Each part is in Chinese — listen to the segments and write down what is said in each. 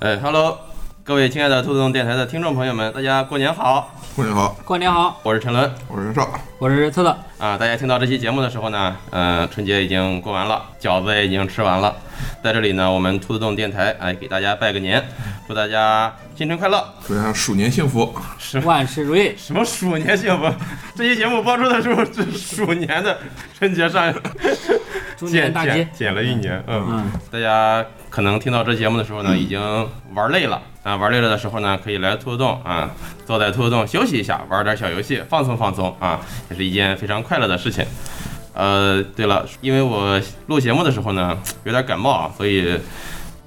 哎，Hello，各位亲爱的兔子洞电台的听众朋友们，大家过年好，过年好，过年好，我是陈伦我是袁绍。我是特特。啊。大家听到这期节目的时候呢，呃，春节已经过完了，饺子也已经吃完了，在这里呢，我们兔子洞电台哎给大家拜个年，祝大家新春快乐。祝大家鼠年幸福，万事如意。什么鼠年 幸福？这期节目播出的时候是鼠年的春节上，猪减年大吉减。减了一年，嗯。嗯，大家可能听到这节目的时候呢，已经玩累了啊，玩累了的时候呢，可以来兔子洞啊，坐在兔子洞休息一下，玩点小游戏，放松放松啊，也是一件非常快乐的事情。呃，对了，因为我录节目的时候呢，有点感冒啊，所以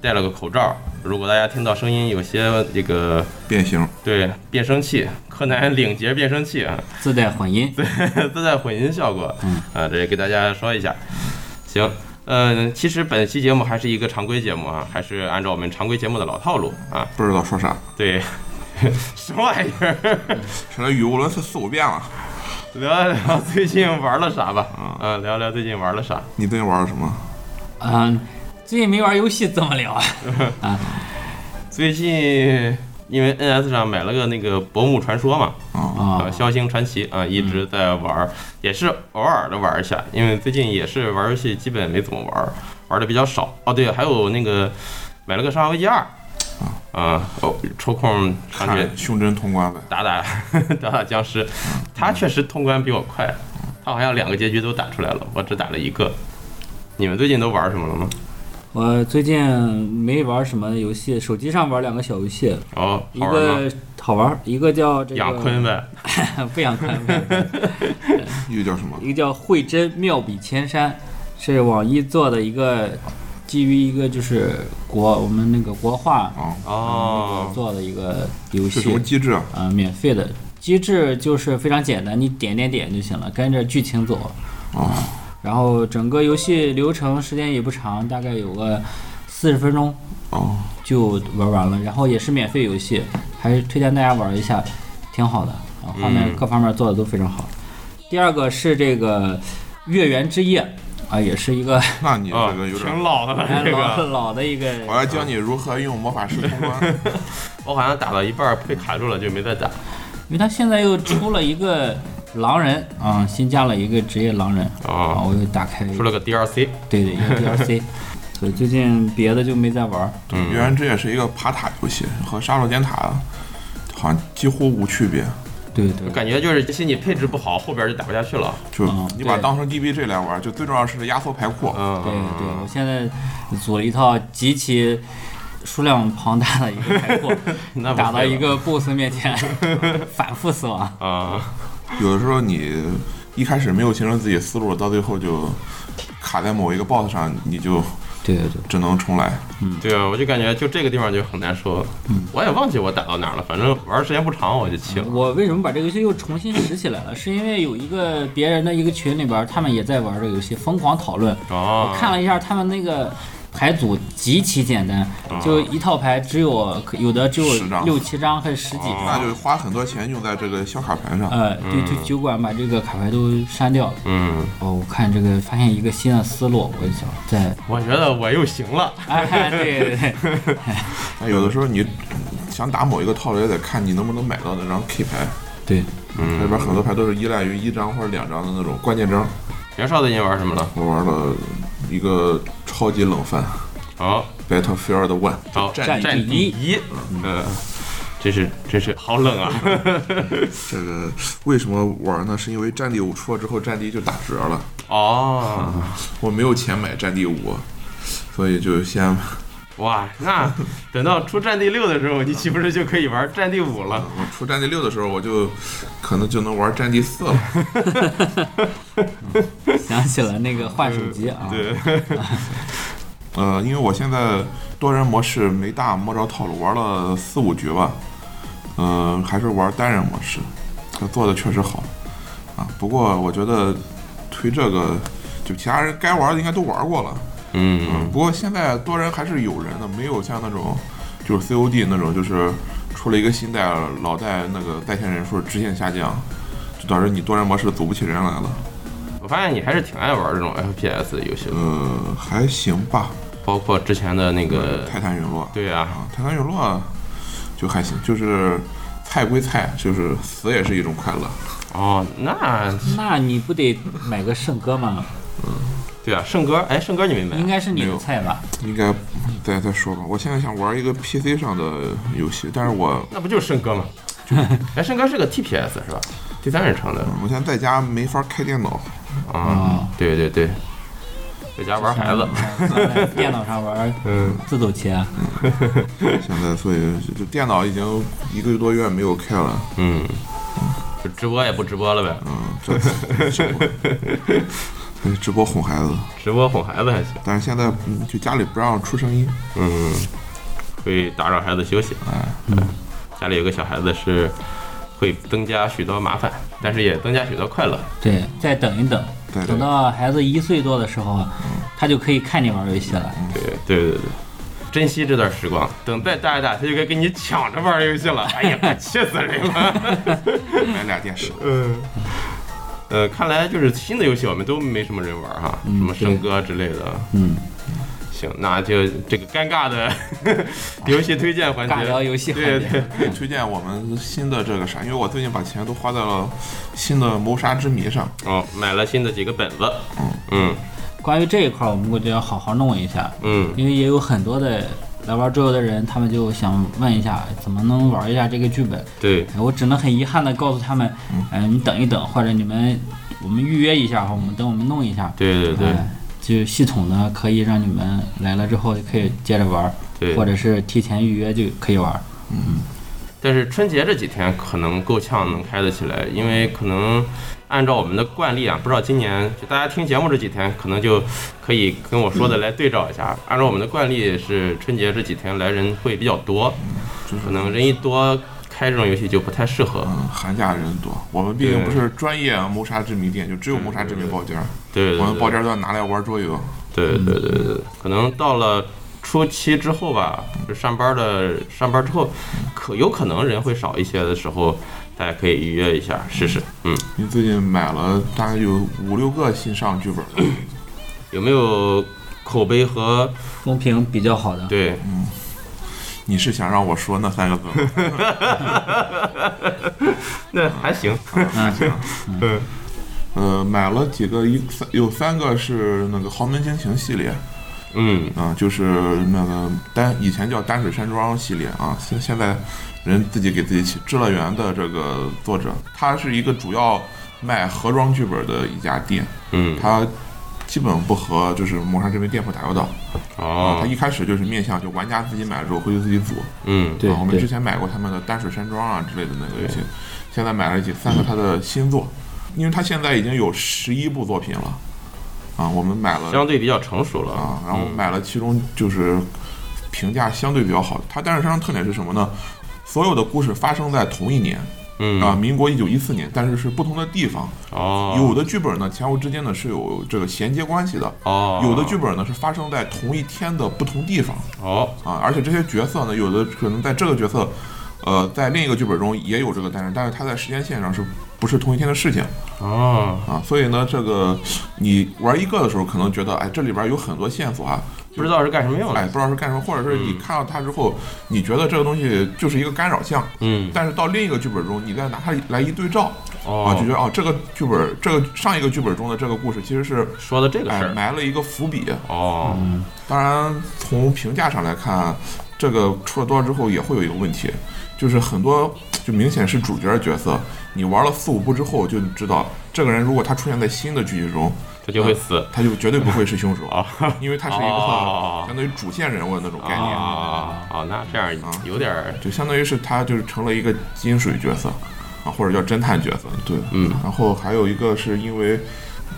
戴了个口罩。如果大家听到声音有些这个变形，对变声器，柯南领结变声器啊，自带混音。 自带混音效果，嗯啊，这也给大家说一下。行，嗯，其实本期节目还是一个常规节目啊，还是按照我们常规节目的老套路啊。不知道说啥，对， 什么玩意儿？现在语无伦次四五遍了。聊一聊最近玩了啥吧。嗯，聊聊最近玩了啥。你最近玩了什么？嗯，最近没玩游戏，怎 么聊啊？最近因为 NS 上买了个那个《薄暮传说》嘛，啊，啊，啊《枭星传奇》啊，一直在玩儿，也是偶尔的玩一下，因为最近也是玩游戏基本没怎么玩儿，玩的比较少。哦，对，还有那个买了个《生化危机二》，啊，哦，抽空上去看胸针通关呗。打打 打打僵尸，他确实通关比我快，他好像两个结局都打出来了，我只打了一个。你们最近都玩什么了吗？我最近没玩什么游戏，手机上玩两个小游戏，哦，一好玩吗？个好玩，一个叫这个养坤呗， 不养坤，不养坤又叫什么？一个叫《慧真妙笔千山》，是网易做的一个基于一个就是国我们那个国画啊，哦，做的一个游是什么戏，机制啊？啊，免费的机制就是非常简单，你点点点就行了，跟着剧情走。啊，然后整个游戏流程时间也不长，大概有个四十分钟哦，就玩完了。然后也是免费游戏，还是推荐大家玩一下，挺好的啊，画面嗯各方面做的都非常好。第二个是这个《月圆之夜》啊，也是 一个那你啊这个，有点，挺老的了这老个， 老的一个，我要教你如何用魔法师通嗯 关。我好像打到一半儿被卡住了，就没再打。因为他现在又出了一个狼人啊，新加了一个职业狼人啊，哦，我又打开出了个 DLC。对对，一个 DLC，所以最近别的就没再玩儿。嗯原来这也是一个爬塔游戏，和杀戮尖塔好像几乎无区别，对对，感觉就是心理配置不好，后边就打不下去了。就嗯你把对当成 DBG 来玩，就最重要是压缩排库。嗯，对对，我现在组了一套极其数量庞大的一个开阔，那不打废到了一个 BOSS 面前 反复死亡。啊，有的时候你一开始没有形成自己思路，到最后就卡在某一个 BOSS 上，你就对对对，只能重来。对啊，我就感觉就这个地方就很难说。我也忘记我打到哪儿了，反正玩儿时间不长，我就弃了。我为什么把这个游戏又重新拾起来了？是因为有一个别人的一个群里边儿，他们也在玩这个游戏，疯狂讨论。哦我，看了一下他们那个。牌组极其简单，就一套牌只有有的只有十张啊六七张还是十几张，那就花很多钱用在这个小卡牌上。呃，对，就酒馆把这个卡牌都删掉了。嗯，哦，我看这个发现一个新的思路，我就想再，我觉得我又行了。哎，对对对，那有的时候你想打某一个套路，也得看你能不能买到那张 K 牌。 对，嗯那边很多牌都是依赖于一张或者两张的那种关键张。袁绍最近玩什么了？我玩了一个超级冷饭哦， Battlefield One，哦，战战地地一，嗯，真是真是好冷啊。这个为什么玩呢？是因为战地五出了之后，战地就打折了，哦，我没有钱买战地五，所以就先哇，那等到出战地六的时候，你岂不是就可以玩战地五了？我出战地六的时候，我就可能就能玩战地四了。想起了那个换手机啊，对，呃，因为我现在多人模式没大摸着套路，玩了四五局吧，嗯、还是玩单人模式，他做的确实好啊。不过我觉得推这个，就其他人该玩的应该都玩过了。嗯，不过现在多人还是有人的，没有像那种就是 COD 那种，就是出了一个新代，老代那个在线人数直线下降，就导致你多人模式组不起人来了。我发现你还是挺爱玩这种 FPS 的游戏的。呃，还行吧。包括之前的那个，泰坦陨落，对啊，啊，泰坦陨落就还行，就是菜归菜，就是死也是一种快乐。哦，那那你不得买个圣歌吗？对啊，圣歌，哎，圣歌你没应买？该是你没的有菜吧？应该再再说吧，我现在想玩一个 PC 上的游戏，但是我那不就是圣 歌吗？哎，圣歌是个 TPS 是吧？第三人称的我现在在家没法开电脑，啊，对对对，在家玩孩子，在电脑上玩嗯，自走棋啊，现在所以就就电脑已经一个多月没有开了，嗯，就直播也不直播了呗，嗯，这直播，所以 直播哄孩子，直播哄孩子还行，但是现在嗯就家里不让出声音，嗯，会打扰孩子休息。哎，家里有个小孩子是会增加许多麻烦，但是也增加许多快乐。 对，再等一等，对对等到孩子一岁多的时候，啊他就可以看你玩游戏了。对对对对，珍惜这段时光，等再大一大，他就该跟你抢着玩游戏了。哎呀，气死人了。买俩电视，嗯。呃，看来就是新的游戏我们都没什么人玩哈，什么圣歌之类的。嗯，行，那就这个尴尬 的游戏推荐环节，尬聊游戏环对节对，可以推荐我们新的这个啥，因为我最近把钱都花在了新的《谋杀之谜》上，哦，买了新的几个本子。嗯关于这一块儿，我们我就要好好弄一下，嗯因为也有很多的来玩桌游的人，他们就想问一下，怎么能玩一下这个剧本？对，哎我只能很遗憾的告诉他们，嗯哎，你等一等，或者你们我们预约一下，我们等我们弄一下。对对对哎就系统呢，可以让你们来了之后就可以接着玩儿，对，或者是提前预约就可以玩儿。但是春节这几天可能够呛能开得起来，因为可能按照我们的惯例啊，不知道今年就大家听节目这几天，可能就可以跟我说的来对照一下。按照我们的惯例是春节这几天来人会比较多，就是可能人一多开这种游戏就不太适合。嗯，寒假人多，我们毕竟不是专业谋杀之谜店，就只有谋杀之谜包间儿，嗯对对我们包对间儿都要拿来玩桌游。对对对对，可能到了。初期之后吧，就上班的上班之后，可有可能人会少一些的时候，大家可以预约一下试试。嗯，你最近买了大概有五六个新上剧本了， 有没有口碑和风评比较好的，对你是想让我说那三个字 吗？那还行，嗯，啊呃，买了几个，一三有三个是那个豪门惊情系列，嗯，啊、就是那个丹以前叫丹水山庄系列啊，现现在人自己给自己起智乐园的这个作者，他是一个主要卖盒装剧本的一家店，嗯，他基本不和就是谋杀这边店铺打交道。啊，他哦，一开始就是面向就玩家自己买了之后回去自己组。嗯，对啊，我们对之前买过他们的淡水山庄啊之类的那个游戏，现在买了几三个他的新作，因为他现在已经有十一部作品了。啊，我们买了相对比较成熟了啊，然后买了其中就是评价相对比较好。它淡水山庄特点是什么呢？所有的故事发生在同一年嗯，啊，民国一九一四年，但是是不同的地方。哦，有的剧本呢，前后之间呢是有这个衔接关系的。哦，有的剧本呢是发生在同一天的不同地方哦，啊，而且这些角色呢，有的可能在这个角色，呃，在另一个剧本中也有这个担任，但是它在时间线上是不是同一天的事情哦，啊？所以呢，这个你玩一个的时候，可能觉得哎，这里边有很多线索啊，不知道是干什么用哎，的，不知道是干什么，或者是你看到它之后，你觉得这个东西就是一个干扰项，嗯，但是到另一个剧本中，你再拿它来一对照啊，就哦，觉得哦，这个剧本，这个上一个剧本中的这个故事其实是说的这个哎事儿，埋了一个伏笔。哦，当然，从评价上来看，这个出了多了之后也会有一个问题，就是很多就明显是主角角色，你玩了四五步之后就知道，这个人如果他出现在新的剧集中，他就会死他就绝对不会是凶手啊，因为他是一哦个相当于主线人物的那种概啊念。啊，哦那这样有点儿，就相当于是他就是成了一个金水角色啊，或者叫侦探角色。对，嗯。然后还有一个是因为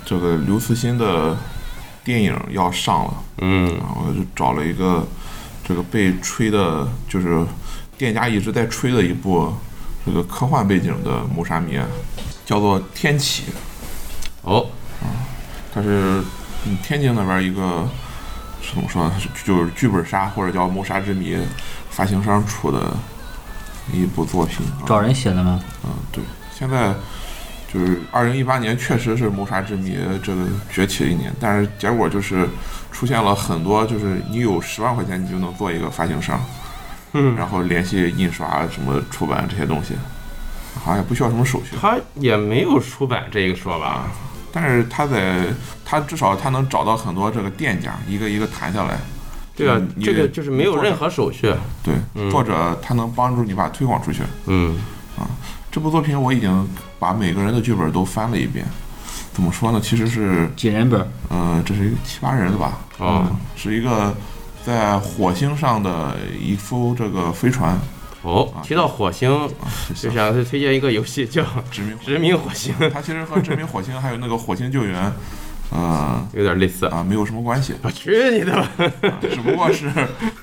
这个刘慈欣的电影要上了，嗯，然后就找了一个这个被吹的，就是店家一直在吹的一部这个科幻背景的谋杀谜案，叫做《天启》，哦，它是嗯天津那边一个是怎么说呢？啊是就是剧本杀或者叫谋杀之谜发行商出的一部作品啊。找人写的吗？嗯，对，现在就是二零一八年确实是谋杀之谜这个崛起的一年，但是结果就是出现了很多，就是你有十万块钱你就能做一个发行商，嗯，然后联系印刷、什么出版这些东西，好像也不需要什么手续。他也没有出版这个说吧？但是他在他至少他能找到很多这个店家，一个一个谈下来。对啊嗯，你这个就是没有任何手续。对，嗯作者他能帮助你把它推广出去。嗯，这部作品我已经把每个人的剧本都翻了一遍。怎么说呢？其实是，几人本儿？呃，这是一个七八人的吧？哦嗯，是一个在火星上的一艘这个飞船哦啊，提到火星，啊，就想推荐一个游戏叫《殖民火殖民火星》，它其实和殖民火星还有那个火星救援，呃有点类似。啊没有什么关系，我去你的吧！啊 只不过是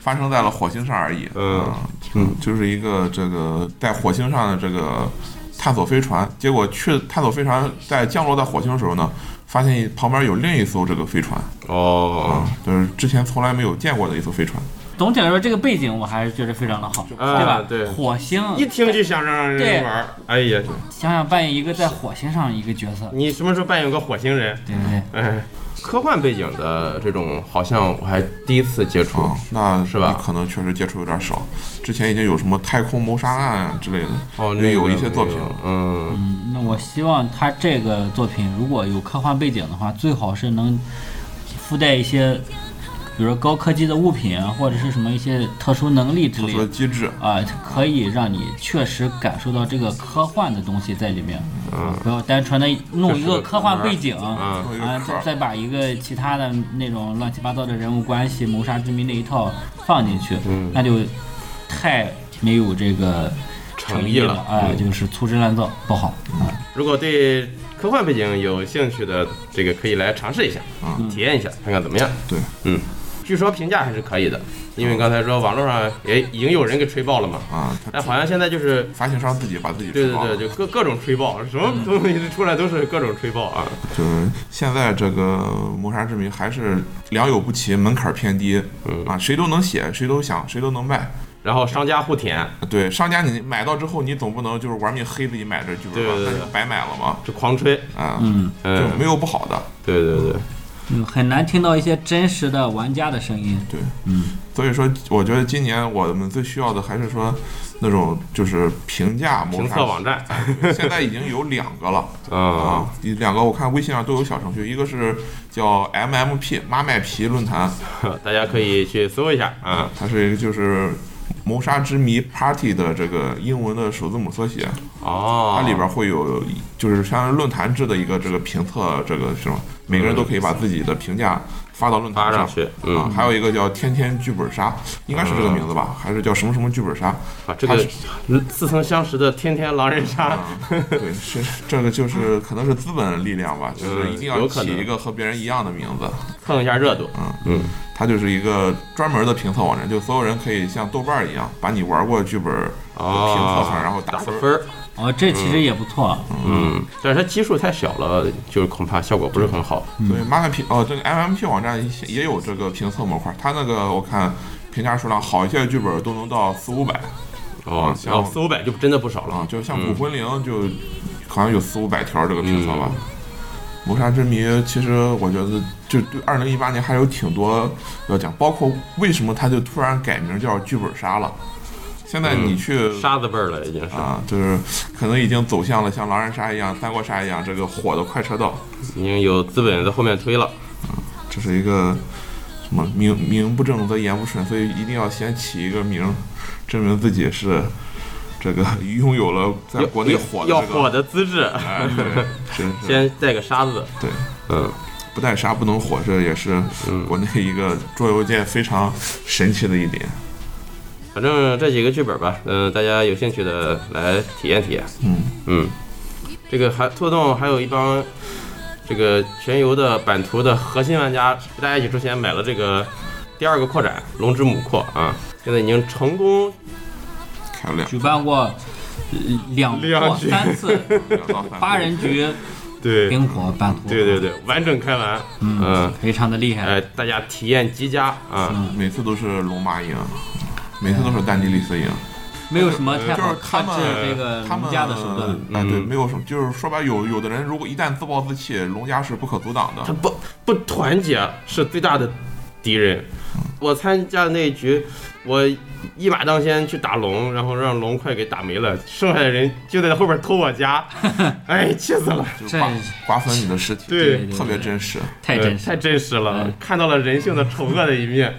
发生在了火星上而已。嗯啊嗯就是一个这个在火星上的这个探索飞船，结果去探索飞船在降落在火星的时候呢，发现旁边有另一艘这个飞船哦啊，，就是之前从来没有见过的一艘飞船。总体来说，这个背景我还是觉得非常的好，对啊吧？对火星，一听就想让对人玩儿。哎呀，想想扮演一个在火星上一个角色，你什么时候扮演个火星人？对不对？哎，科幻背景的这种好像我还第一次接触。啊，那是吧你可能确实接触有点少，之前已经有什么太空谋杀案啊之类的。哦，对那个有一些作品没有嗯，嗯，那我希望他这个作品如果有科幻背景的话，最好是能附带一些，比如说高科技的物品啊，或者是什么一些特殊能力之特类殊的的。机制，啊，可以让你确实感受到这个科幻的东西在里面，不要单纯的弄这一是个个科幻壳儿背景，啊弄一个啊，壳再儿再把一个其他的那种乱七八糟的人物关系、谋杀之谜那一套放进去，嗯那就太没有这个诚意意了了，哎，嗯就是粗制滥造，不好。啊如果对科幻背景有兴趣的，这个可以来尝试一下，嗯体验一下，看看怎么样。对，嗯，据说评价还是可以的，因为刚才说网络上也已经有人给吹爆了嘛，啊，它但好像现在就是。发行商自己把自己对吃爆对了对，就各各种吹爆，什嗯么东西出来都是各种吹爆啊！就是现在这个谋杀之谜还是良莠不齐，门槛偏低嗯啊，谁都能写，谁都想，谁都能卖。然后商家互舔，对，商家你买到之后，你总不能就是玩命黑自己买这剧本吧嗯对对？对那就白买了嘛，就狂吹，啊，嗯，就嗯没，有不好的。对对对，嗯很难听到一些真实的玩家的声音。所以说，我觉得今年我们最需要的还是说那种就是评价谋评杀测网站，现在已经有两 个了啊啊，两个我看微信上都有小程序，一个是叫 MMP 妈卖皮论坛，大家可以去搜一下啊。它是一个就是《谋杀之谜 Party》的这个英文的首字母缩写，哦，它里边会有就是像论坛制的一个这个评测，这个什么，每个人都可以把自己的评价发到论发坛上上。去，啊嗯，，还有一个叫“天天剧本杀”，应该是这个名字吧，还是叫什么什么剧本 杀？啊，这个它是似曾相识的天天狼人杀，啊，对，是这个就是可能是资本力量吧，就是嗯一定有要可起能一个和别人一样的名字。蹭一下热度，嗯它就是一个专门的评测网站，就所有人可以像豆瓣儿一样，把你玩过的剧本儿哦评测上，然后打打分儿。分儿，哦，这其实也不错。嗯，但是它基数太小了，就恐怕效果不是很好。所以 m a p 哦，这个 MMP 网站也有这个评测模块，它那个我看评价数量好一些的剧本都能到四五百哦，像然后四五百就真的不少了啊，，就像嗯《骨魂灵》就好像有四五百条这个评测吧。谋杀之谜》其实我觉得就对二零一八年还有挺多要讲，包括为什么它就突然改名叫剧本杀了。现在你去、沙子味儿了已经是。啊，就是可能已经走向了像狼人杀一样、三国杀一样这个火的快车道，已经有资本在后面推了。这是一个什么名名不正则言不顺，所以一定要先起一个名儿，证明自己是这个 拥有了在国内火的要这火个。的资质，哎，对，真 是先带个沙子。对，嗯，不带杀不能火，这也是国内一个桌游界非常神奇的一点。反正这几个剧本吧，嗯、大家有兴趣的来体验体验。嗯嗯，这个还拖动还有一帮这个全游的版图的核心玩家，大家一起出钱买了这个第二个扩展《龙之母扩》啊，现在已经成功开了两举办过呃两两或局三次 两到三八人局对冰火版图，对对对完整开完，嗯、非常的厉害。哎，大家体验极佳啊。嗯每次都是龙马赢，每次都是丹尼利斯赢。没有什么太就是好他克们制这个他们嗯儒家的手段。哎，对，嗯没有什么，就是说白，有有的人如果一旦自暴自弃，龙家是不可阻挡他的。不不团结是最大的敌人。嗯我参加的那一局，我一马当先去打龙，然后让龙快给打没了，剩下的人就在后边偷我 家，哎，气死了！就是这瓜瓜分你的尸体，对特别真实。太真实哎太了，真实了嗯，看到了人性的丑恶的一面。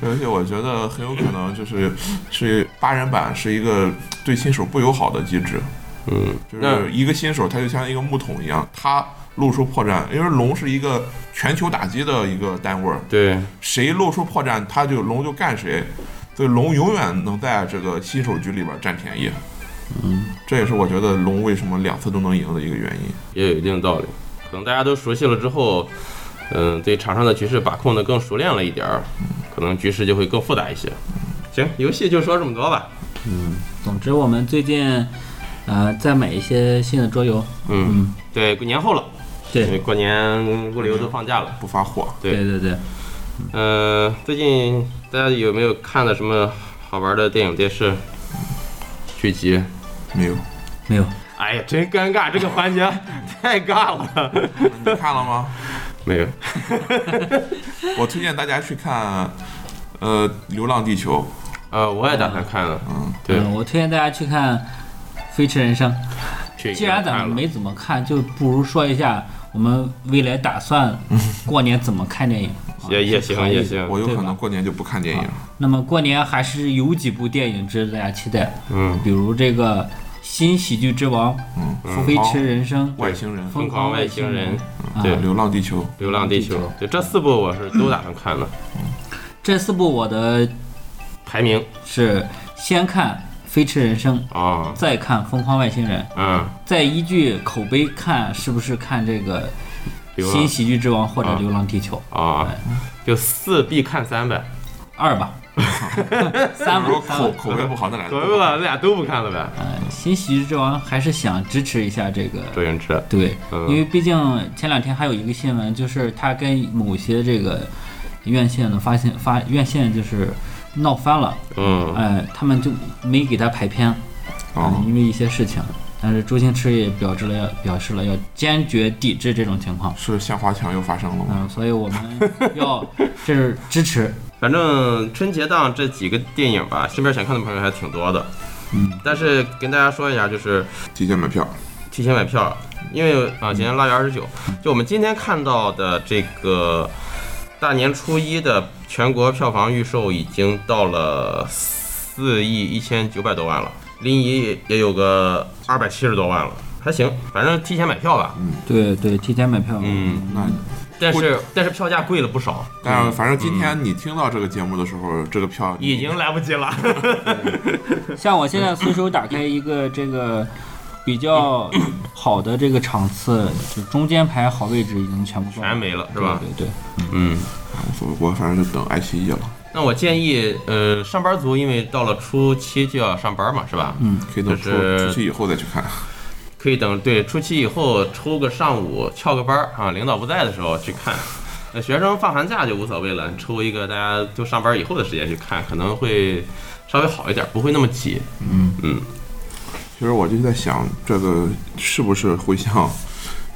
这游戏我觉得很有可能就是是八人版是一个对新手不友好的机制，嗯，就那是一个新手他就像一个木桶一样，他露出破绽，因为龙是一个全球打击的一个单位儿，对，谁露出破绽，他就龙就干谁，所以龙永远能在这个新手局里边占便宜。嗯，这也是我觉得龙为什么两次都能赢的一个原因。也有一定道理。可能大家都熟悉了之后，嗯，对场上的局势把控的更熟练了一点儿，可能局势就会更复杂一些。行，游戏就说这么多吧。嗯总之，我们最近呃在买一些新的桌游，嗯，嗯，对，年后了，因为对过年物流都放假了。不发货，对对对对，呃，最近大家有没有看的什么好玩的电影、电视剧集？没有？ 没有，哎呀，真尴尬，这个环 节太尬了。你看了吗？没有，我推荐大家去看，呃，《流浪地球呃，我也打算看了。嗯，对，嗯我推荐大家去看《飞驰人生》。去既然咱看们了没怎么看，就不如说一下我们未来打算过年怎么看电影。啊也也行也。是可以的行》，，我有可对吧啊能过年就不看电影。那么过年还是有几部电影值得大家期待，嗯，比如这个《新喜剧之王》嗯， 《疯飞狂驰人生》外星人、疯狂外星人疯、啊对。《流浪地球》流浪嗯地流球浪地，对这四部我是都打算看了。这四部我的排名是先看《飞驰人生》，啊，再看《疯狂外星人》，嗯，再依据口碑看是不是看这个流《浪新喜剧之王》或者啊《流浪地球》啊哎，就四必看三呗。二吧，啊三吧如果，三口吧。口碑不好，那俩所以吧，那俩都不看了呗。呃，新喜剧之王还是想支持一下这个，周星驰，对，嗯因为毕竟前两天还有一个新闻，就是他跟某些这个院线的发现发院线就是闹翻了，嗯，呃，他们就没给他排片，啊、啊，因为一些事情。但是周星驰也表示了要表示了要坚决抵制这种情况，是向华强又发生了吗？嗯、所以我们要这是支持，反正春节档这几个电影吧，身边想看的朋友还挺多的。嗯，但是跟大家说一下，就是提前买票，提前买票，因为啊，今天腊月二十九，就我们今天看到的这个大年初一的全国票房预售已经到了四亿一千九百多万了，临沂也有个二百七十多万了，还行，反正提前买票吧。对对，提前买票，嗯，那但是但是票价贵了不少，但是反正嗯今天你听到这个节目的时候，这个票已经来不及了。像我现在随手打开一个这个比较好的这个场次，就中间排好位置已经全部全没了是是吧？对对对，嗯。我哎我反正就等爱奇艺了，那我建议，呃，上班族因为到了初七就要上班嘛，是吧？嗯，可以等出就是出去以后再去看。可以等对初七以后抽个上午翘个班儿啊，领导不在的时候去看。呃，学生放寒假就无所谓了，抽一个大家都上班以后的时间去看，可能会稍微好一点，不会那么挤。其实我就在想，这个是不是会像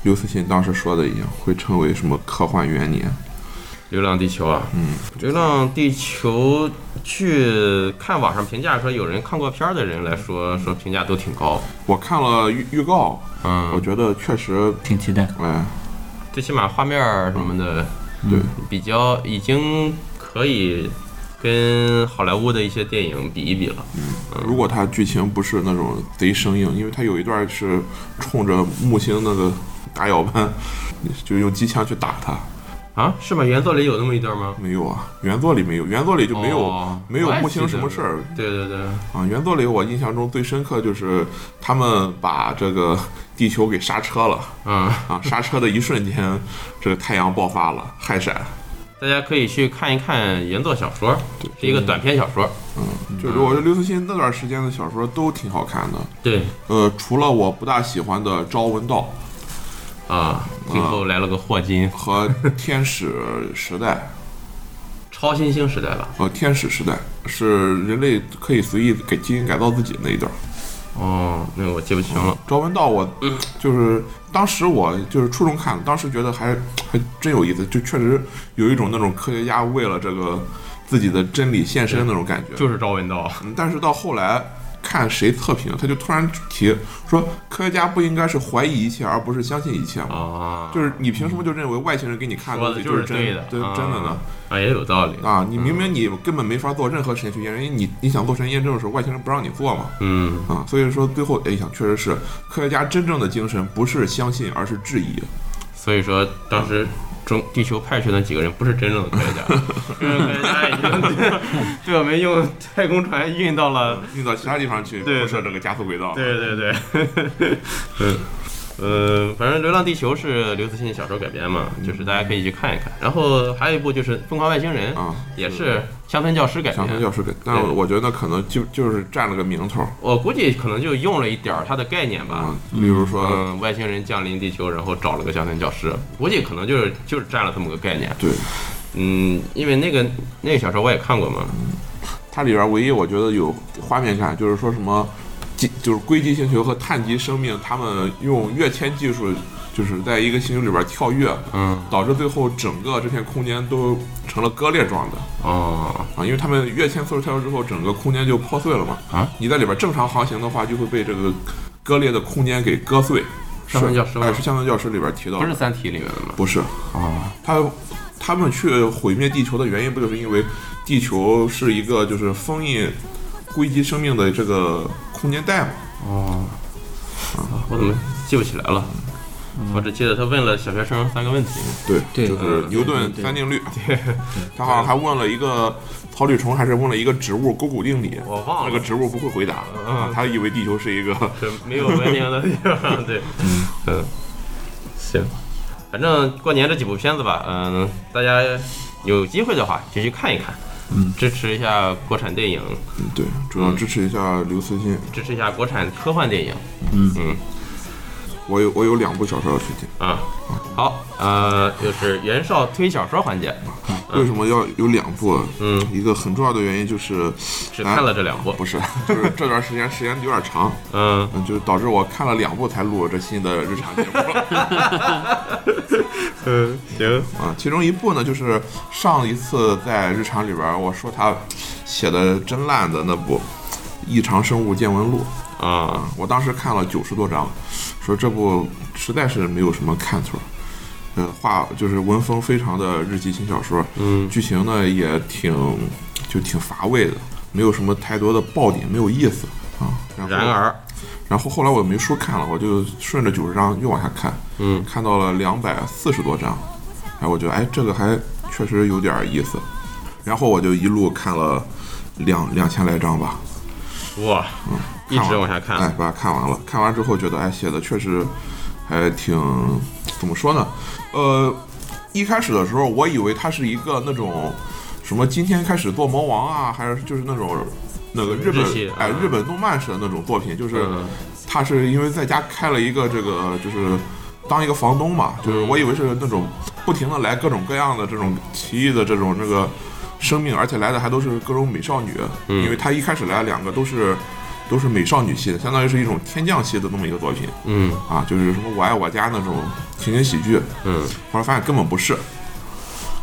刘慈欣当时说的一样，会成为什么科幻元年？ 《流浪地球》啊，嗯，《流浪地球》去看网上评价说，有人看过片儿的人来说，说评价都挺高。我看了预预告，我嗯，觉得确实，挺期待。哎，最起码画面儿什么的，对，比较已经可以跟好莱坞的一些电影比一比了。如果它剧情不是那种贼生硬，因为它有一段是冲着木星那个打咬班，就用机枪去打它，啊，是吗？原作里有那么一段吗？没有啊，原作里没有，原作里就没有、哦没有我也木记星得什么事儿对对对，啊。原作里我印象中最深刻就是他们把这个地球给刹车了嗯，啊，刹车的一瞬间，这个太阳爆发了，氦闪。大家可以去看一看原作小说，是一个短篇小说。就是我觉得刘慈欣那段时间的小说都挺好看的，对呃，除了我不大喜欢的《朝闻道啊，最后来了个霍金，》和《天使时代》超新星时代吧？呃，天使时代是人类可以随意给基因改造自己那一段。哦，那个我记不清了。赵文道我，就是当时我就是初中看的，当时觉得还还真有意思，就确实有一种那种科学家为了这个自己的真理献身的那种感觉。就是赵文 道，嗯但是到后来看谁测评，他就突然提说，科学家不应该是怀疑一切，而不是相信一切嘛。啊，就是你凭什么就认为外星人给你看说东的西就就是真对的，对啊真的呢？啊，也有道理。啊，你明明你根本没法做任何神学验证，因为你你想做神学验证的时候，外星人不让你做嘛。嗯，啊，所以说最后哎想，确实是科学家真正的精神不是相信，而是质疑。所以说当时中地球派去的几个人不是真正的科 学家， 真正的科学家已经 对我们用太空船运到了，运到其他地方去，对不设这个加速轨道。对对对， 嗯。呃，反正《流浪地球》是刘慈欣小说改编嘛，嗯就是大家可以去看一看。然后还有一部就是《疯狂外星人》，啊，也是乡村教师改乡村编。教师给，但对我觉得可能就就是占了个名头我估计可能就用了一点儿它的概念吧啊，，例如说，嗯，外星人降临地球，然后找了个乡村教师，估计可能就是就是占了这么个概念。对嗯，因为那个那个小说我也看过嘛，它里边唯一我觉得有画面感，就是说什么，即就是硅基星球和碳基生命，他们用跃迁技术，就是在一个星球里边跳跃，嗯，导致最后整个这片空间都成了割裂状的。哦，啊，因为他们跃迁速度跳跃之后，整个空间就破碎了嘛。啊，你在里边正常航行的话，就会被这个割裂的空间给割碎。乡村教师吗哎，是乡村教师里边提到不的，是《三体》里面的吗？不是啊，他他们去毁灭地球的原因，不就是因为地球是一个就是封印硅基生命的这个空间带嘛？哦，我怎么记不起来了？嗯我只记得他问了小学生三个问题，对，对就是牛顿对三定律。 他好像还问了一个草履虫，还是问了一个植物勾股定理。我忘那个了，植物不会回答，啊他以为地球是一个是没有文明的地方，对，嗯，行，反正过年这几部片子吧，嗯，大家有机会的话就去看一看，嗯，支持一下国产电影，嗯，对，主要支持一下刘慈欣。支持一下国产科幻电影我有我有两部小说要推荐，啊。好，呃，就是袁绍推小说环节，为什么要有两部？啊嗯，一个很重要的原因就是，只看了这两部，不是， 就是这段时间时间有点长，嗯，嗯，就是导致我看了两部才录这新的日常节目了 嗯，行，啊。其中一部呢，就是上一次在日常里边我说他写的真烂的那部《异常生物见闻录》啊，啊，我当时看了九十多章，说这部实在是没有什么看头。呃，画就是文风非常的日记轻小说，嗯，剧情呢也挺就挺乏味的，没有什么太多的爆点，没有意思啊。然后然而，然后后来我也没书看了，我就顺着九十章又往下看，嗯，看到了两百四十多章，哎，我觉得哎这个还确实有点意思，然后我就一路看了两两千来章吧，哇，一直往下哎，看，把它看完了。看完之后觉得，哎，写的确实还挺怎么说呢？呃，一开始的时候我以为它是一个那种什么今天开始做魔王啊，还是就是那种那个日本日系哎嗯日本动漫式的那种作品，就是嗯他是因为在家开了一个这个就是。当一个房东嘛，就是我以为是那种不停的来各种各样的这种奇异的这种这个生命，而且来的还都是各种美少女，嗯因为他一开始来两个都是都是美少女系的，相当于是一种天降系的那么一个作品嗯啊，就是什么我爱我家那种情景喜剧，嗯，后来发现根本不是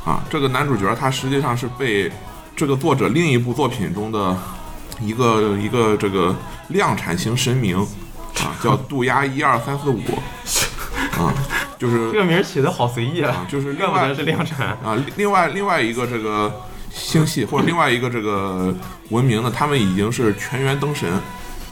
啊，这个男主角他实际上是被这个作者另一部作品中的一个一个这个量产型神明啊，叫渡鸦一二三四五啊，就是这个名儿起的好随意啊啊，就是另要不外然是量产，啊，另另外另外一个这个星系或者另外一个这个文明呢，他们已经是全员登神，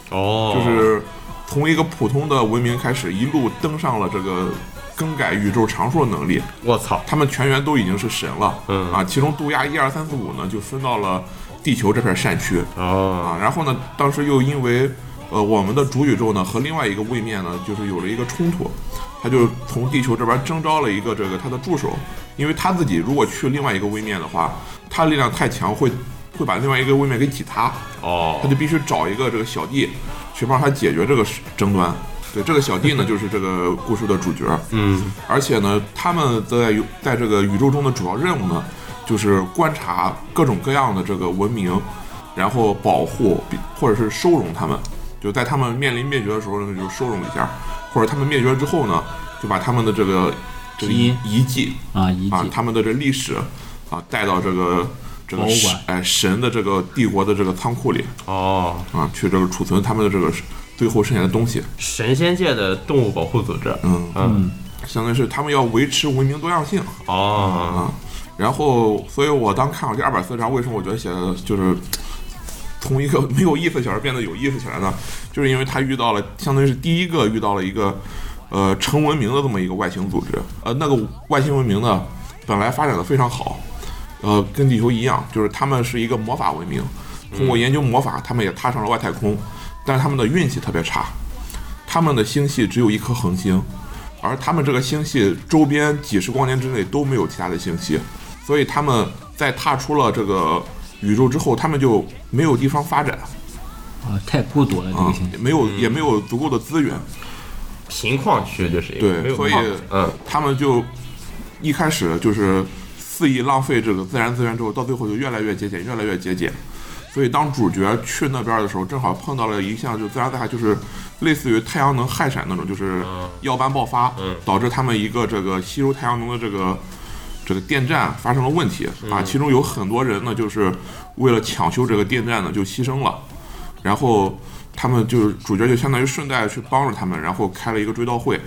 哦，就是从一个普通的文明开始，一路登上了这个更改宇宙常数的能力。我操，他们全员都已经是神了，嗯啊，其中渡鸦一二三四五呢就分到了地球这片善区哦，啊，然后呢，当时又因为呃我们的主宇宙呢和另外一个位面呢就是有了一个冲突，他就从地球这边征召了一个这个他的助手，因为他自己如果去另外一个位面的话，他力量太强会会把另外一个位面给挤塌，他哦，就必须找一个这个小弟去帮他解决这个事争端。对，这个小弟呢，就是这个故事的主角。嗯而且呢，他们在在这个宇宙中的主要任务呢，就是观察各种各样的这个文明，然后保护比或者是收容他们，就在他们面临灭绝的时候呢，就收容一下，或者他们灭绝之后呢，就把他们的这个这个基因遗迹啊，遗啊，迹他们的这历史啊带到这个这个博物神馆哎神的这个帝国的这个仓库里哦，啊，去这个储存他们的这个最后剩下的东西，神仙界的动物保护组织，嗯，嗯，相当于是他们要维持文明多样性。哦，啊，然后，所以我当看好这二百四十章，为什么我觉得写的就是从一个没有意思的小说变得有意思起来呢？就是因为他遇到了，相当于是第一个遇到了一个呃成文明的这么一个外星组织，呃，那个外星文明呢本来发展的非常好，呃，跟地球一样，就是他们是一个魔法文明，通过研究魔法，他们也踏上了外太空，但是他们的运气特别差，他们的星系只有一颗恒星，而他们这个星系周边几十光年之内都没有其他的星系，所以他们在踏出了这个宇宙之后，他们就没有地方发展啊，太孤独了这嗯啊个星，球。没有也没有足够的资源，贫矿区就是一个对没有所以矿，嗯，他们就一开始就是肆意浪费这个自然资源之后，到最后就越来越节俭，越来越节俭。所以当主角去那边的时候，正好碰到了一项就自然灾害，就是类似于太阳能氦闪那种，就是耀斑爆发，导致他们一个这个吸收太阳能的这个这个电站发生了问题啊，其中有很多人呢，就是为了抢修这个电站呢，就牺牲了，然后。他们就是主角，就相当于顺带去帮着他们，然后开了一个追悼会，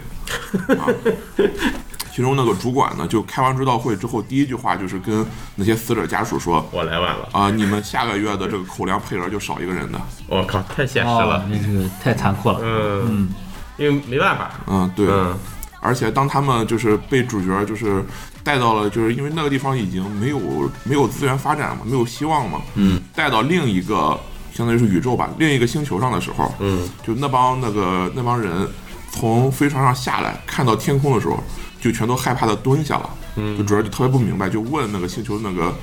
其中那个主管呢，就开完追悼会之后，第一句话就是跟那些死者家属说我来晚了，：“啊、你们下个月的这个口粮配额就少一个人的。我靠，太现实哦了，，这是太残酷了。嗯，因为没办法，”嗯，对。嗯，而且当他们就是被主角就是带到了，就是因为那个地方已经没有没有资源发展嘛，没有希望嘛，嗯，带到另一个相当于是宇宙吧，另一个星球上的时候，嗯，就那帮那个那帮人从飞船上下来，看到天空的时候，就全都害怕的蹲下了，嗯，就主角就特别不明白，就问那个星球那个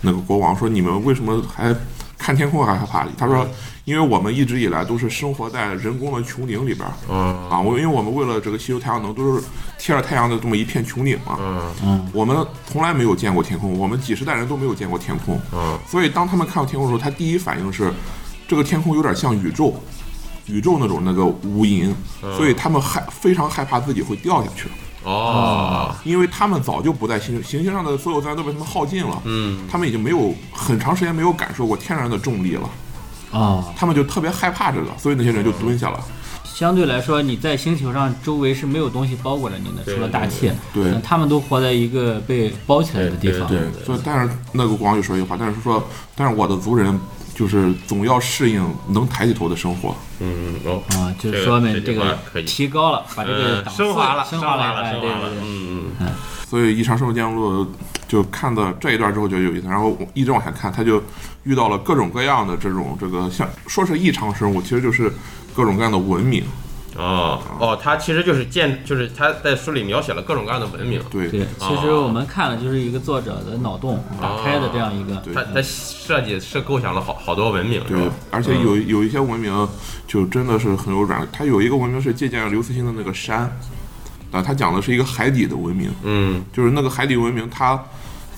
那个国王说：“你们为什么还看天空还害怕？”他说：“因为我们一直以来都是生活在人工的穹顶里边儿，嗯啊，我因为我们为了这个吸收太阳能，都是贴着太阳的这么一片穹顶嘛。嗯嗯，我们从来没有见过天空，我们几十代人都没有见过天空。嗯，所以当他们看到天空的时候，他第一反应是，这个天空有点像宇宙，宇宙那种那个无垠，嗯所以他们害非常害怕自己会掉下去，哦，因为他们早就不在行行星上的所有资源都被他们耗尽了，嗯，他们已经没有很长时间没有感受过天然的重力了，嗯哦，他们就特别害怕这个，所以那些人就蹲下了。相对来说，你在星球上周围是没有东西包裹着你的，对除了大气。对对那他们都活在一个被包起来的地方。对啊对，所以但是那个国王就说一句话，但是说，但是我的族人就是总要适应能抬起头的生活。嗯，哦，啊，就是说明这这个这句个话可以提高了，把这个嗯，档次升华了，升华了，了，哎，升对华了对，对，嗯所以《异常生活见录》就看到这一段之后觉得有意思，然后我一直往下看，他就遇到了各种各样的这种这个像说是异常生物，其实就是各种各样的文明。嗯，哦哦，他其实就是建，就是他在书里描写了各种各样的文明，对对，其实我们看了就是一个作者的脑洞打开的这样一个，哦对他他设计是构想了好好多文明，是对吧？，而且嗯有有一些文明就真的是很有软，它有一个文明是借鉴了刘慈欣的那个山，啊，它讲的是一个海底的文明。嗯就是那个海底文明，它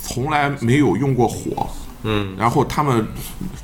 从来没有用过火，嗯，然后他们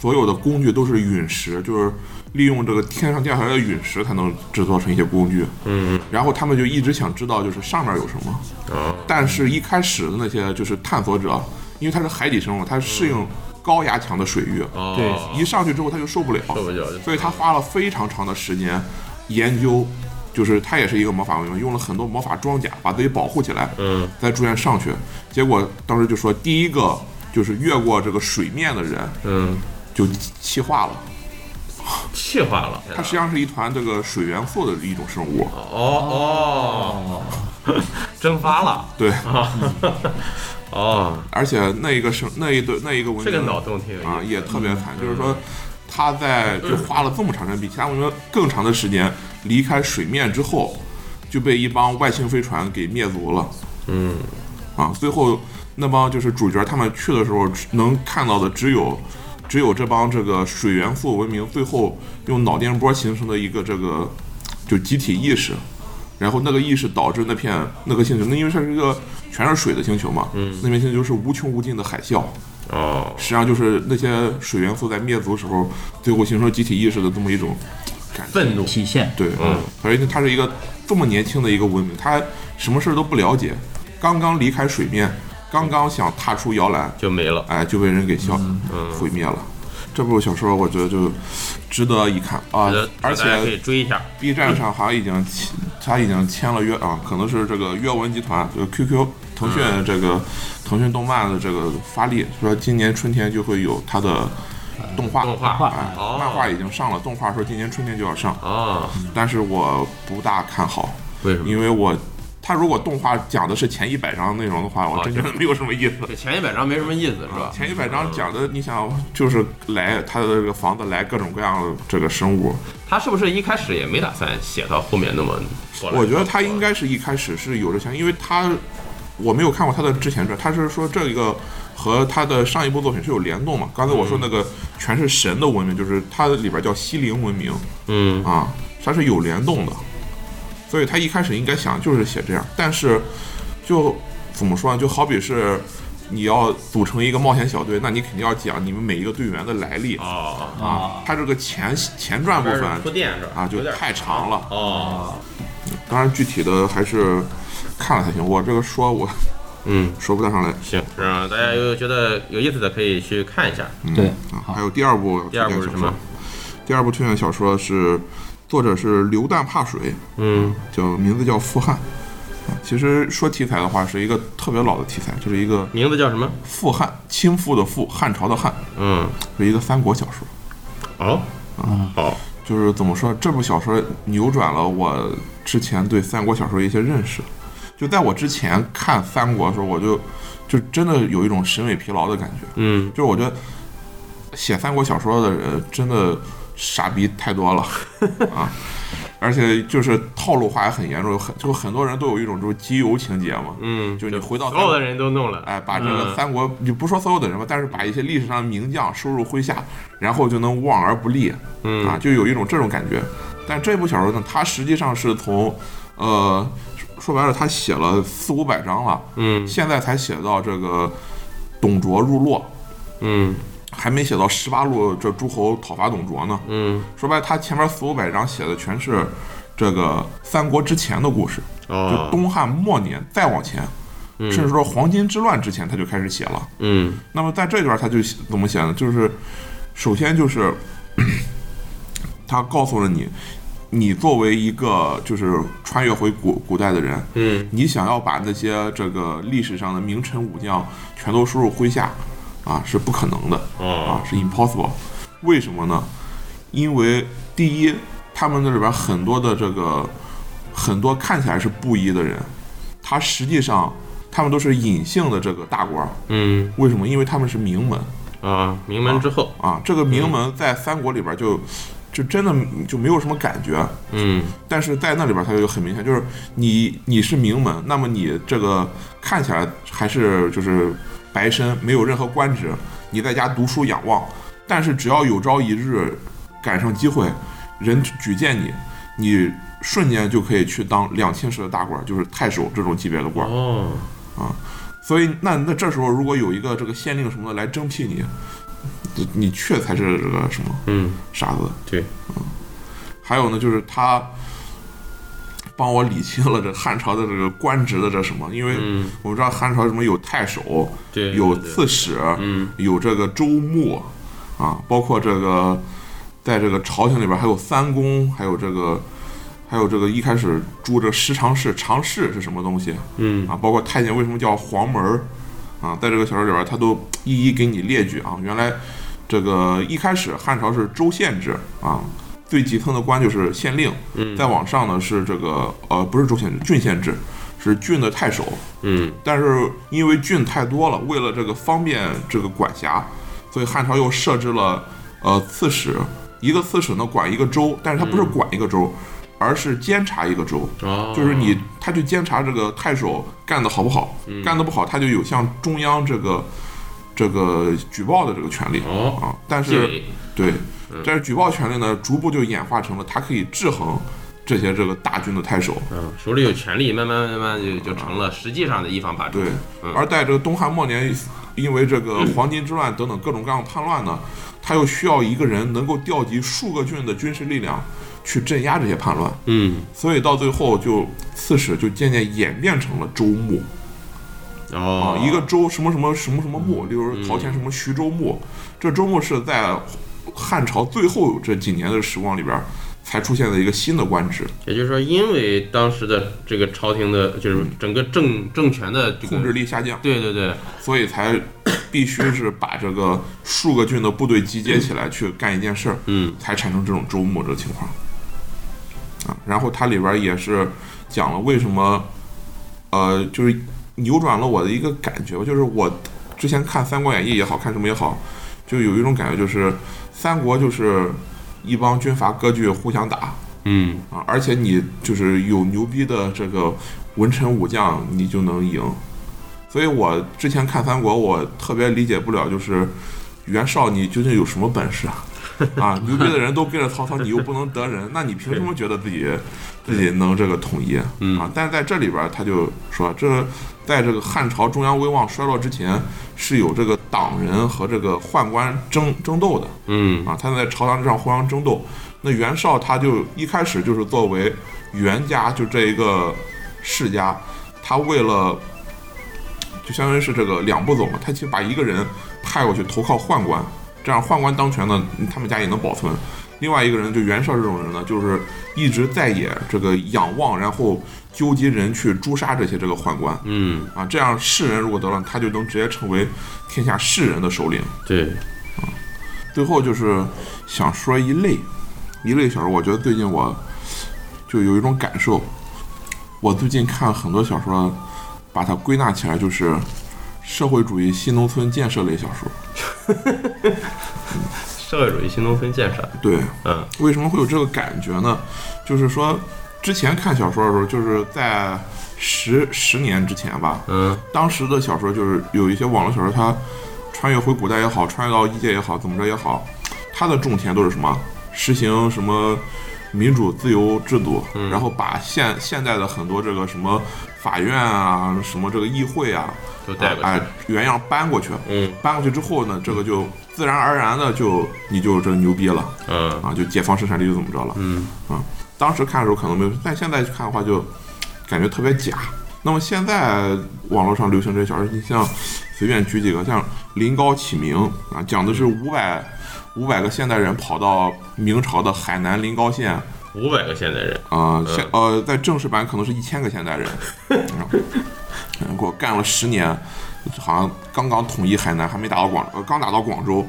所有的工具都是陨石，就是利用这个天上掉下来的陨石才能制作成一些工具，嗯，然后他们就一直想知道就是上面有什么，哦但是一开始的那些就是探索者，因为它是海底生物，它适应高压强的水域，嗯哦，一上去之后它就受不了，受不了就所以他花了非常长的时间研究。就是他也是一个魔法文明，用了很多魔法装甲把自己保护起来，嗯在住院上去，结果当时就说第一个就是越过这个水面的人嗯，就气化了，气化了，它实际上是一团这个水元素的一种生物，哦哦，哦，蒸发了对，啊， 哦，而且那一个生那一对那一个文明这个脑洞挺有意思啊也特别惨，就是说他在就花了这么长时间，比其他文明更长的时间离开水面之后，就被一帮外星飞船给灭族了。嗯，啊，最后那帮就是主角他们去的时候只能看到的只有，只有这帮这个水元素文明最后用脑电波形成的一个这个就集体意识，然后那个意识导致那片那个星球，那因为它是一个全是水的星球嘛，嗯，那片星球是无穷无尽的海啸，哦，实际上就是那些水元素在灭族时候，最后形成集体意识的这么一种感觉。愤怒，体现。对，嗯，而且它是一个这么年轻的一个文明，它什么事儿都不了解，刚刚离开水面，刚刚想踏出摇篮，就没了。哎，就被人给消、嗯毁灭了。这部小说我觉得就值得一看啊觉得，而大家可且以追一下， B 站上好像已经签，他已经签了约啊，可能是这个阅文集团，就是 QQ、腾讯嗯这个腾讯动漫的这个发力，说今年春天就会有它的动画。动画画哎，哦漫画已经上了，动画说今年春天就要上，哦，但是我不大看好，为什么？因为我他如果动画讲的是前一百章内容的话，我哦真觉得没有什么意思。这前一百章没什么意思，是吧？嗯前一百章讲的，你想就是来他的这个房子来各种各样的这个生物，他是不是一开始也没打算写到后面那么过来？我觉得他应该是一开始是有着想，因为他我没有看过他的之前传，他是说这个和他的上一部作品是有联动嘛？刚才我嗯说那个全是神的文明，就是它里边叫西陵文明嗯，啊，它是有联动的，所以他一开始应该想就是写这样，但是就怎么说呢？就好比是。你要组成一个冒险小队，那你肯定要讲你们每一个队员的来历哦，啊啊。它这个前前传部这分是铺垫是吧？啊就有点太长了，哦，当然具体的还是看了才行。我这个说我嗯，说不太上来。行，让大家有觉得有意思的可以去看一下。嗯、对啊，好还有第二部第二部推荐是小什说么？第二部推荐小说是作者是流弹怕水，嗯，叫名字叫富汉。啊其实说题材的话，是一个特别老的题材，就是一个名字叫什么？富汉，倾覆的富，汉朝的汉，嗯，是一个三国小说。哦，哦，就是怎么说，这部小说扭转了我之前对三国小说的一些认识。就在我之前看三国的时候，我就就真的有一种审美疲劳的感觉。嗯，就是我觉得写三国小说的人真的傻逼太多了啊，而且就是套路化也很严重，有很就很多人都有一种就是基友情节嘛，嗯，就你回到所有的人都弄了。哎，把这嗯个三国，你不说所有的人吧，但是把一些历史上的名将收入麾下，然后就能望而不利，嗯啊，就有一种这种感觉。但这部小说呢，它实际上是从，呃，说白了，他写了四五百章了，嗯现在才写到这个董卓入洛，嗯还没写到十八路这诸侯讨伐董卓呢。嗯，说白了，他前面四五百章写的全是这个三国之前的故事，哦就，东汉末年再往前，嗯甚至说黄巾之乱之前他就开始写了。嗯那么在这段他就写怎么写呢？就是首先就是 他告诉了你，你作为一个就是穿越回古古代的人，嗯你想要把那些这个历史上的名臣武将全都收入麾下，啊是不可能的。啊哦，是 impossible。为什么呢？因为第一，他们那里边很多的这个很多看起来是布衣的人，他实际上他们都是隐性的这个大官。嗯为什么？因为他们是名门啊，名门之后，啊，这个名门在三国里边就就真的就没有什么感觉。嗯但是在那里边，它就很明显，就是你你是名门，那么你这个看起来还是就是白身，没有任何官职，你在家读书养望，但是只要有朝一日赶上机会，人举荐你，你瞬间就可以去当两千石的大官，就是太守这种级别的官。哦，所以那那这时候如果有一个这个县令什么的来征辟你，你你却才是这个什么嗯傻子。对，嗯还有呢，就是他帮我理清了这汉朝的这个官职的这什么，因为嗯我们知道汉朝什么有太守、对，有对刺史、嗯有这个州牧啊，包括这个在这个朝廷里边还有三公，还有这个还有这个一开始住这十常侍，常侍是什么东西嗯啊？包括太监为什么叫黄门儿啊？在这个小说里边，他都一一给你列举啊。原来这个一开始汉朝是州县制啊。最基层的官就是县令，嗯再往上呢是这个呃不是州县制，郡县制，是郡的太守，嗯但是因为郡太多了，为了这个方便这个管辖，所以汉朝又设置了呃刺史，一个刺史呢管一个州，但是他不是管一个州，而是监察一个州，哦，就是你他去监察这个太守干得好不好，干得不好他就有向中央这个这个举报的这个权利哦，啊，但纪是委对，但是举报权利呢逐步就演化成了他可以制衡。这些这个大军的太守。嗯，手里有权力，慢慢慢慢就就成了实际上的一方霸主。对，嗯而在这个东汉末年，因为这个黄巾之乱等等各种各样的叛乱呢，他又需要一个人能够调集数个郡的军事力量去镇压这些叛乱，嗯，所以到最后就刺史就渐渐演变成了州牧然啊后，一个州什么什么什么什么嗯牧，例如陶谦什么徐州牧，这州牧是在汉朝最后这几年的时光里边儿才出现的一个新的官职，也就是说，因为当时的这个朝廷的，就是整个政政权的这嗯控制个，力下降。对对对，所以才必须是把这个数个郡的部队集结起来去干一件事儿，嗯，才产生这种周末这个情况啊。然后它里边儿也是讲了为什么，呃，就是扭转了我的一个感觉吧，就是我之前看《三国演义》也好看什么也好，就有一种感觉就是三国就是一帮军阀割据互相打，嗯，啊，而且你就是有牛逼的这个文臣武将，你就能赢。所以我之前看三国，我特别理解不了，就是袁绍你究竟有什么本事啊？啊，牛逼的人都跟着曹操，你又不能得人，那你凭什么觉得自己自己能这个统一嗯啊？但是在这里边儿，他就说，这在这个汉朝中央威望衰落之前，是有这个党人和这个宦官争争斗的。嗯，啊，他们在朝堂之上互相争斗。那袁绍他就一开始就是作为袁家就这一个世家，他为了就相当于是这个两不走嘛，他其实把一个人派过去投靠宦官，这样宦官当权呢，他们家也能保存。另外一个人就袁绍这种人呢，就是一直在野这个仰望，然后纠集人去诛杀这些这个宦官嗯，啊，这样士人如果得了，他就能直接成为天下士人的首领。对，最后就是想说一类，一类小说，我觉得最近我就有一种感受，我最近看很多小说，把它归纳起来就是社会主义新农村建设类小说。社会主义新农村建设，对，嗯，为什么会有这个感觉呢？就是说，之前看小说的时候，就是在十十年之前吧，嗯，当时的小说就是有一些网络小说，它穿越回古代也好，穿越到异界也好，怎么着也好，它的重点都是什么？实行什么民主自由制度，嗯然后把现现代的很多这个什么法院啊，什么这个议会啊，都带过去，哎、原样搬过去。嗯搬过去之后呢，这个就自然而然的就你就这牛逼了嗯啊，就解放生产力就怎么着了。啊嗯当时看的时候可能没有，但现在去看的话就感觉特别假。那么现在网络上流行这些小说，你像随便举几个，像《临高启明》啊，讲的是五百五百个现代人跑到明朝的海南临高县，五百个现代人，啊，现呃，在正式版可能是一千个现代人，嗯，给我干了十年，好像刚刚统一海南，还没打到广，呃，刚打到广州，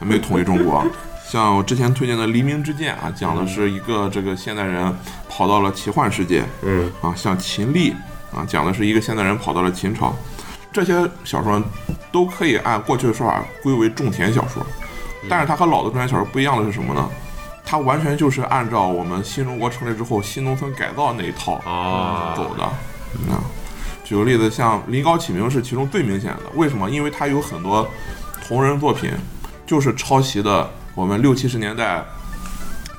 还没统一中国。像我之前推荐的《黎明之剑》啊，讲的是一个这个现代人跑到了奇幻世界嗯啊，像秦历啊，讲的是一个现代人跑到了秦朝，这些小说都可以按过去的说法归为种田小说，但是它和老的种田小说不一样的是什么呢？它完全就是按照我们新中国成立之后新农村改造那一套啊走的。啊，举个例子，像《临高启明》是其中最明显的，为什么？因为它有很多同人作品，就是抄袭的我们六七十年代。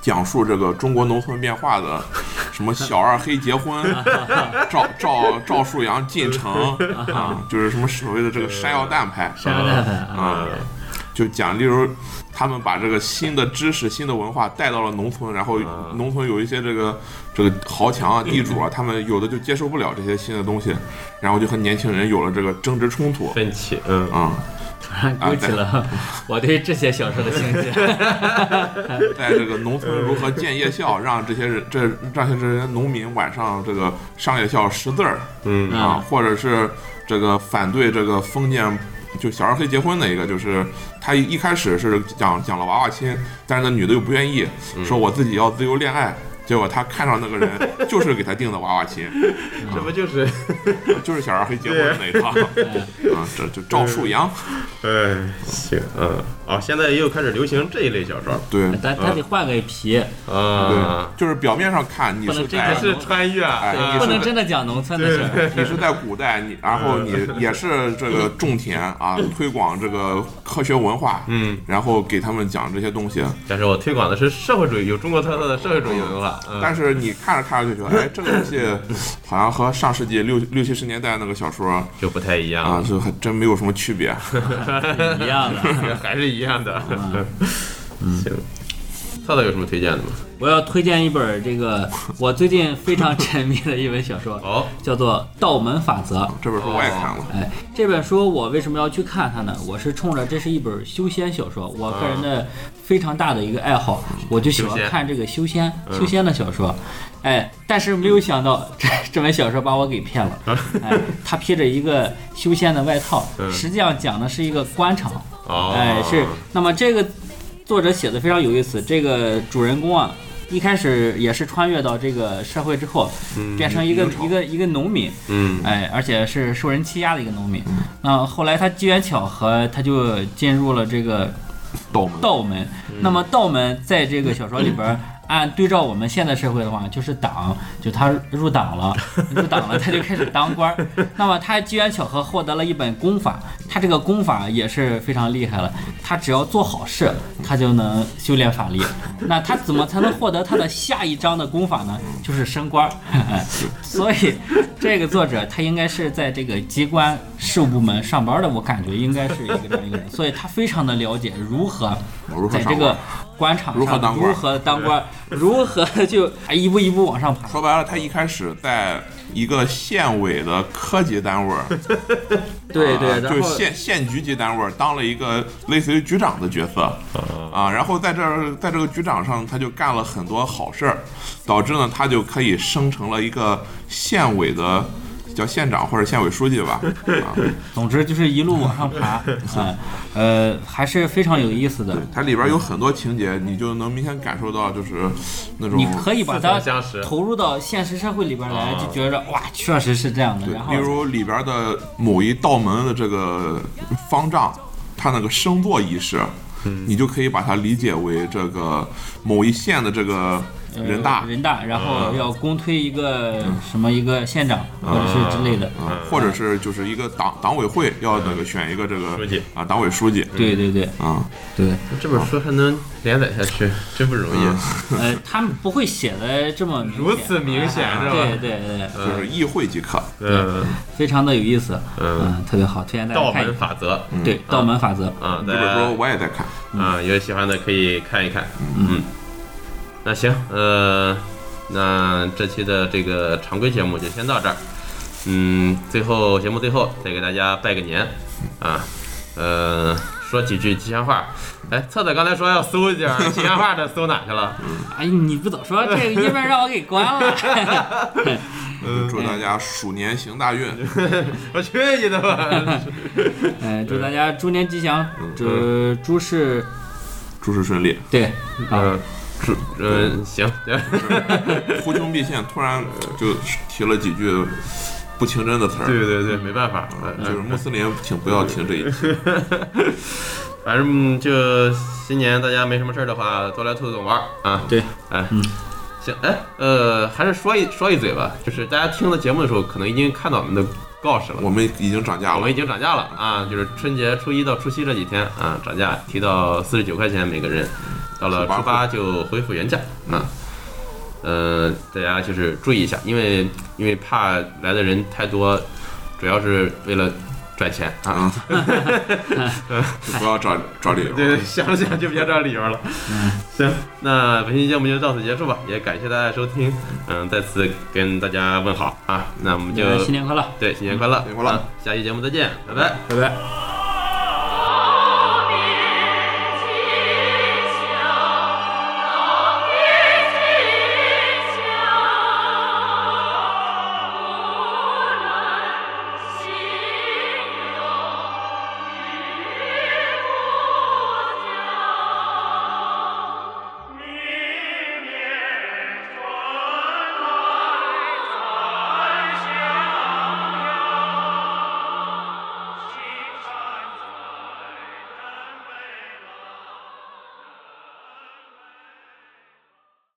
讲述这个中国农村变化 的，什么小二黑结婚，赵赵赵树阳进城啊，就是什么所谓的这个山药蛋派山药蛋粉啊， 啊，就讲，例如他们把这个新的知识、新的文化带到了农村，然后啊农村有一些这个这个豪强 啊、地主啊，他们有的就接受不了这些新的东西，然后就和年轻人有了这个争执冲突分歧，嗯啊、突然勾起了我对这些小说的兴趣。 在这个农村如何建夜校，让这些人这让这些农民晚上这个上夜校识字儿嗯啊嗯，或者是这个反对这个封建。就小二黑结婚的一个，就是他一一开始是讲讲了娃娃亲，但是那女的又不愿意，嗯说我自己要自由恋爱，结果他看上那个 人就是给他定的娃娃亲，呃这不就是，就是小二黑结婚的那一套，啊，这就赵树阳，哎，行，嗯，哦，现在又开始流行这一类小说了对咱咱得换个皮，对啊，，就是表面上看你嗯不能是这在个是穿越，哎啊不能真的讲农村的事 儿。你是在古代，你然后你也是这个种田啊，推广这个科学文化，嗯，然后给他们讲这些东西，但是我推广的是社会主义，有中国特色的社会主义文化了。嗯但是你看着看着就觉得，哎，这个东西好像和上世纪六六七十年代那个小说就不太一样啊，了，就还真没有什么区别。是啊一样的。 还是一样的。嗯行，特特有什么推荐的吗？我要推荐一本这个我最近非常 沉迷的一本小说，哦，叫做《道门法则》。这本书我也看了，哎，这本书我为什么要去看它呢？我是冲着这是一本修仙小说，我个人的非常大的一个爱好，我就喜欢啊修仙嗯看这个修仙修仙的小说。哎，但是没有想到这这本小说把我给骗了。哎，他披着一个修仙的外套，啊嗯实际上讲的是一个官场。哦，哎，是。那么这个作者写的非常有意思，这个主人公啊，一开始也是穿越到这个社会之后，变成一个一个一个农民，嗯，哎，而且是受人欺压的一个农民。那后来他机缘巧合，他就进入了这个道门道门。那么道门在这个小说里边儿，按对照我们现在社会的话，就是党，就他入党了，入党了他就开始当官儿。那么他机缘巧合获得了一本功法，他这个功法也是非常厉害了。他只要做好事，他就能修炼 法力。那他怎么才能获得他的下一章的功法呢？就是升官儿。 所以这个作者他应该是在这个机关事务部门上班的，我感觉应该是一个这样一个人，所以他非常的了解如何如何在上这个网。官场上如何当官如何当官，如何就哎一步一步往上爬。说白了，他一开始在一个县委的科级单位儿，对啊对，然就是后县县局级单位儿当了一个类似于局长的角色嗯啊，然后在这儿在这个局长上，他就干了很多好事儿，导致呢他就可以升成了一个县委的叫县长或者县委书记吧，啊，总之就是一路往上 爬，嗯呃，还是非常有意思的。它里边有很多情节，你就能明显感受到就是那种你可以把似它曾相识投入到现实社会里边来，啊就觉着哇，确实是这样的。对然，后例如里边的某一道门的这个方丈，他那个升座仪式，嗯你就可以把它理解为这个某一县的这个呃人大，人大，然啊后要公推一个什么一个县长或者是之类的。呃啊嗯或者是就是一个党党委会要那个选一个这个书记嗯啊党委书记对对对啊，对，这本书还能连载下去，真不容易。呃，他们不会写的这么明显如此明显哎是吧对对对，就是议会即可。嗯非常的有意思，嗯，嗯，特别好，推荐大家道看一门看。法则，嗯对，道门法则，啊，这大本家书我也在看，啊，有喜欢的可以看一看。嗯，那行，呃，那这期的这个常规节目就先到这儿。嗯，最后节目最后再给大家拜个年啊，呃，说几句吉祥话。哎，策策刚才说要搜一点 儿吉祥话的，搜哪去了？哎，你不早说，这个页面让我给关 了。嗯祝大家鼠年行大运，我去你的 吧！嗯，祝大家猪年吉祥，祝诸事诸事顺利。对，嗯，是嗯，行， 呼兄必现，突然就提了几句不清真的词儿，对嗯对对，没办法，嗯就是穆斯林，请不要听这一期。反正就新年大家没什么事儿的话，多来兔子洞玩儿啊。对，哎，嗯行，哎，呃，还是说一说一嘴吧，就是大家听的节目的时候，可能已经看到我们的告示了。我们已经涨价我了们已，经涨价了啊！就是春节初一到初七这几天啊，涨价提到四十九块钱每个人，到了初八就恢复原价啊。呃，大家就是注意一下，因为因为怕来的人太多，主要是为了赚钱啊。 啊，就不要找找理由。对，想想就别找理由了。嗯行，那本期节目就到此结束吧，也感谢大家的收听，嗯，再次跟大家问好啊，那我们就新年快乐，对新年快乐，新年快乐啊下期节目再见，拜拜。拜拜。